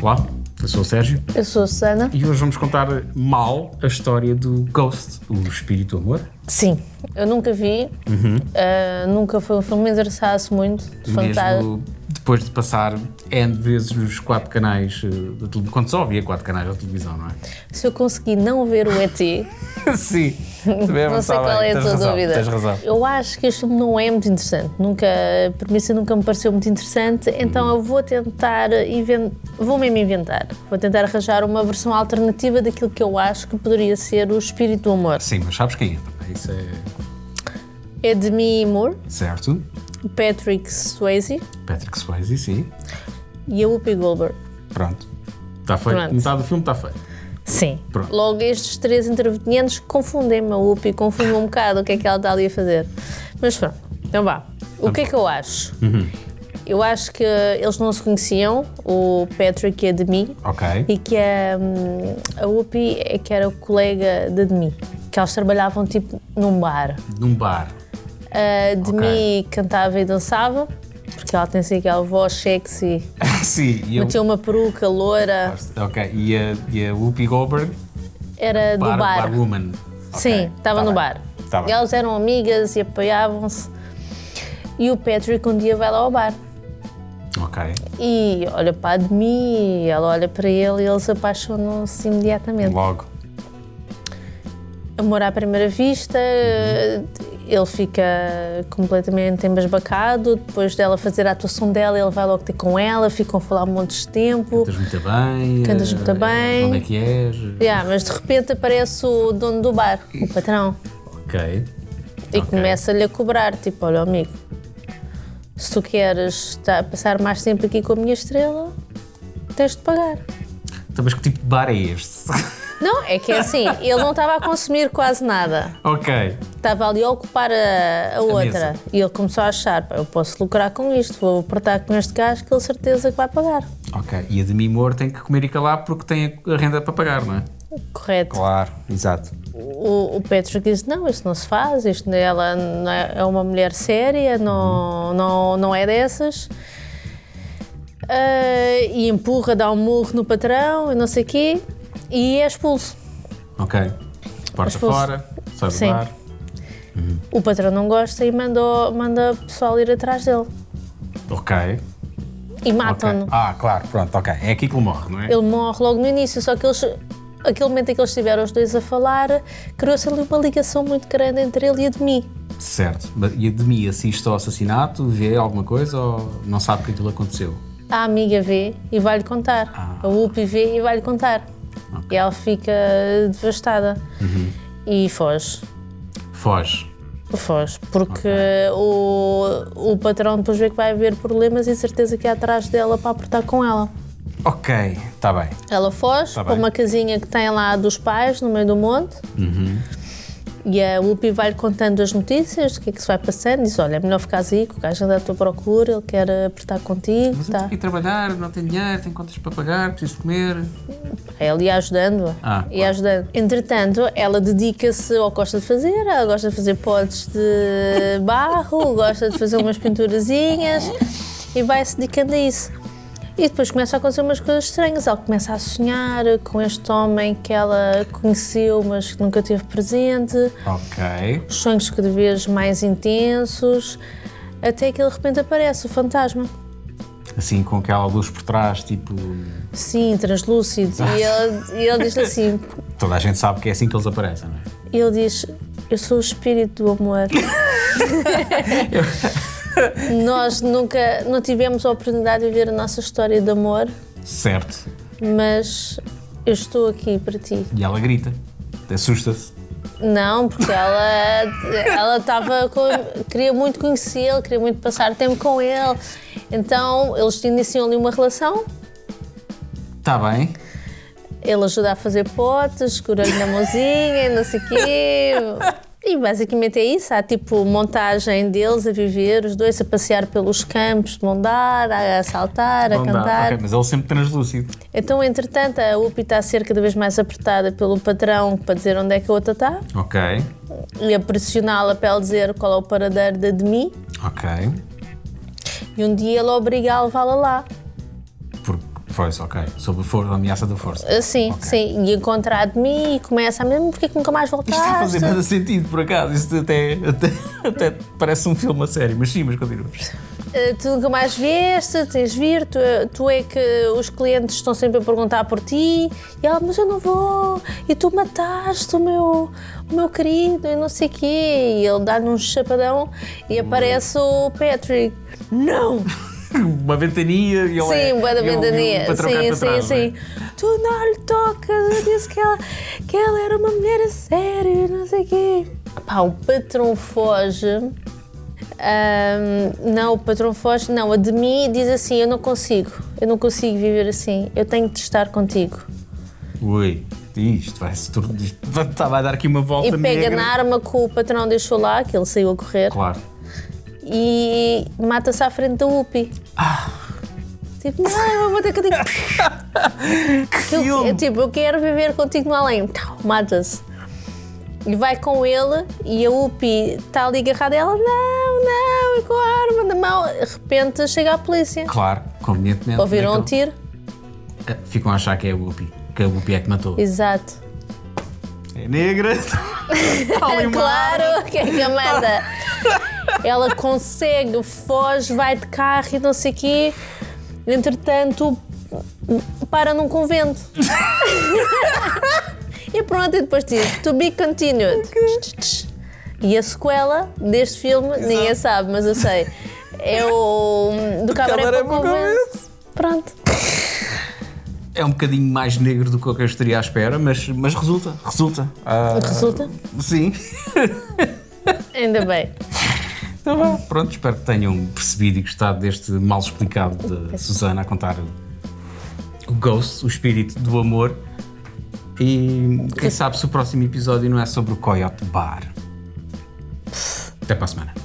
Olá, eu sou o Sérgio Eu sou a Susana. e hoje vamos contar mal a história do Ghost, o espírito do amor. Sim, eu nunca vi, ah, nunca foi um filme que me interessasse muito de fantasma. Uhum. Mesmo depois de passar N vezes nos quatro canais eh, da televisão. Quando só havia quatro canais da televisão, não é? Se eu consegui não ver o ET, Sim, também não sei qual é a tua dúvida. tá Tens razão. Eu acho que este filme não é muito interessante. Nunca, a premissa nunca me pareceu muito interessante, então Uhum. eu vou tentar inven- vou mesmo inventar. Vou tentar arranjar uma versão alternativa daquilo que eu acho que poderia ser o espírito do amor. Sim, mas sabes quem entra, não é? Isso é É de Demi Moore, certo. Patrick Swayze Patrick Swayze, sim. e a Whoopi Goldberg. Pronto. Está feito. Pronto. Metade do filme está feito. Sim. Pronto. Logo, estes três intervenientes confundem-me a UPI, confundem-me um bocado o que é que ela está ali a fazer. Mas pronto, então vá. O que é que eu acho? Uhum. Eu acho que eles não se conheciam, o Patrick e a Demi, Ok. e que a, hum, a UPI é que era o colega da Demi, que eles trabalhavam tipo num bar. Num bar. A Demi Ok. cantava e dançava, porque ela tem assim aquela voz sexy, sim, e eu. tinha uma peruca loura, Ok, e a, e a Whoopi Goldberg? era do bar. Barwoman. Sim, estava no bar. Tá bem. Elas eram amigas e apoiavam-se. E o Patrick um dia vai lá ao bar Ok. e olha para de mim, ela olha para ele e eles apaixonam-se imediatamente. Logo. Amor à primeira vista, Uhum. ele fica completamente embasbacado. Depois dela fazer a atuação dela, ele vai logo ter com ela, ficam a falar montes de tempo. Cantas muito bem. Cantas muito eh, bem. Onde é que és? Yeah, mas de repente aparece o dono do bar, o patrão. Ok. E Ok. começa-lhe a cobrar, tipo, olha amigo, se tu queres estar- passar mais tempo aqui com a minha estrela, tens de pagar. Então, mas que tipo de bar é este? Não, é que é assim, ele não estava a consumir quase nada. ok. Estava ali a ocupar a, a outra. mesa. E ele começou a achar, "Pá, eu posso lucrar com isto, vou apertar com este gajo que ele certeza que vai pagar. Ok. E a Demi Moore tem que comer e calar porque tem a renda para pagar, não é? Correto. Claro, exato. O, o Patrick disse, não, isso não se faz, isto, ela não é, é uma mulher séria, não, não, não é dessas. Ah, e empurra, dá um murro no patrão e não sei o quê, e é expulso. Ok. Porta Mas fosse- fora, sai do Sim. bar. O patrão não gosta e mandou, manda o pessoal ir atrás dele. Ok. E ok. matam-no. Ah, claro, pronto, ok. É aqui que ele morre, não é? Ele morre logo no início, só que eles, aquele momento em que eles estiveram os dois a falar, criou-se ali uma ligação muito grande entre ele e a de mim. Certo. Mas- E a Demi assiste ao assassinato, vê alguma coisa ou não sabe que aquilo aconteceu? a amiga vê e vai-lhe contar. Ah. A UPI vê e vai-lhe contar. E ela fica devastada. Uhum. E foge. Foge. Foge. Porque o, o patrão depois vê que vai haver problemas e certeza que é atrás dela para apertar com ela. Ok, está bem. Ela foge Tá para bem. uma casinha que tem lá dos pais, no meio do monte. Uhum. E a UPI vai-lhe contando as notícias, o que é que se vai passando. Diz: Olha, é melhor ficar aí, que o gajo anda à tua procura, ele quer apertar contigo. Mas eu tá. tenho que ir trabalhar, não tenho dinheiro, tenho contas para pagar, preciso de comer. Ele ia ajudando, Ah, ia ajudando. Entretanto, ela dedica-se ao que gosta de fazer, ela gosta de fazer potes de barro, gosta de fazer umas pinturazinhas e vai-se dedicando a isso. E depois começa a acontecer umas coisas estranhas. Ela começa a sonhar com este homem que ela conheceu, mas que nunca teve presente. Ok. Os sonhos cada vez mais intensos, até que de repente aparece o fantasma. Assim, com aquela luz por trás, tipo. Sim, translúcido. E ele, e ele diz assim: Toda a gente sabe que é assim que eles aparecem, não é? E ele diz: Eu sou o espírito do amor. Nós nunca não tivemos a oportunidade de viver a nossa história de amor, Certo. mas eu estou aqui para ti. E ela grita, assusta-se. Não, porque ela ela estava com- queria muito conhecê-lo, queria muito passar tempo com ele. Então eles iniciam ali uma relação. Está Tá bem. Ele ajuda a fazer potes, cura-lhe na mãozinha, e não sei o quê. E basicamente é isso. Há tipo montagem deles a viver, os dois a passear pelos campos de mão dada, a saltar, a Não dá. cantar. Ok, mas ele sempre translúcido. Então, entretanto, a UPI está a ser cada vez mais apertada pelo patrão para dizer onde é que a outra está Ok. e a pressioná-la para ela dizer qual é o paradeiro da Demi. Ok. E um dia ele obriga a levá-la lá. Porque Pois, ok. Sob a, for- a ameaça da força. Ah, Sim, sim. E encontrar de mim e começa a mesmo porque é que nunca mais Isto está a fazer voltaste. nada sentido, por acaso. Isto até, até, até parece um filme a sério, mas sim, mas continua. Ah, Tu nunca mais veste, tens de vir, tu, é- tu é que os clientes estão sempre a perguntar por ti. E ela, mas eu não vou, e tu mataste o meu, o meu querido, e não sei o quê. E ele dá-lhe um chapadão e aparece o Patrick. Não! Uma ventania e ele é- Sim, bué da e ele- e ele ventania. para trocar Sim, para trás, não é? sim, sim. Tu não lhe tocas, eu disse que ela, que ela era uma mulher a sério, e não sei o quê. Pá, o patrão foge. Ahm, não, o patrão foge, não, a de mim diz assim: Eu não consigo, eu não consigo viver assim, eu tenho de estar contigo. Ui, isto vai se tornar. isto vai- tá, vai dar aqui uma volta E pega negra. na arma que o patrão deixou lá, que ele saiu a correr, Claro. e mata-se à frente da UPI. Ah. Tipo, não, eu vou ter que. Que Eu, filme! eu, tipo, eu quero viver contigo no além. Tau, Mata-se. E vai com ele e a Upi está ali agarrada a ela. Não, não, e com a arma na mão. De repente chega a polícia. Claro, convenientemente. Ouviram um naquele- tiro? Ah, Ficam a achar que é a Whoopi. Que a Whoopi é que matou. Exato. É negra. Tá ali uma arma. É claro, que é que a manda. Ela consegue, foge, vai de carro e não sei o quê. Entretanto, para num convento. e pronto, e depois diz, to be continued. E a sequela deste filme, ninguém sabe, mas eu sei. É o do cabaré Cabaré para o para o convento. Pronto. É um bocadinho mais negro do que eu estaria à espera, mas, mas resulta, resulta. Ah, Resulta? Sim. Ainda bem. Então vá. Pronto, espero que tenham percebido e gostado deste mal explicado de Susana a contar o- o Ghost, o espírito do amor. E quem sabe se o próximo episódio não é sobre o Coyote Bar. Até para a semana.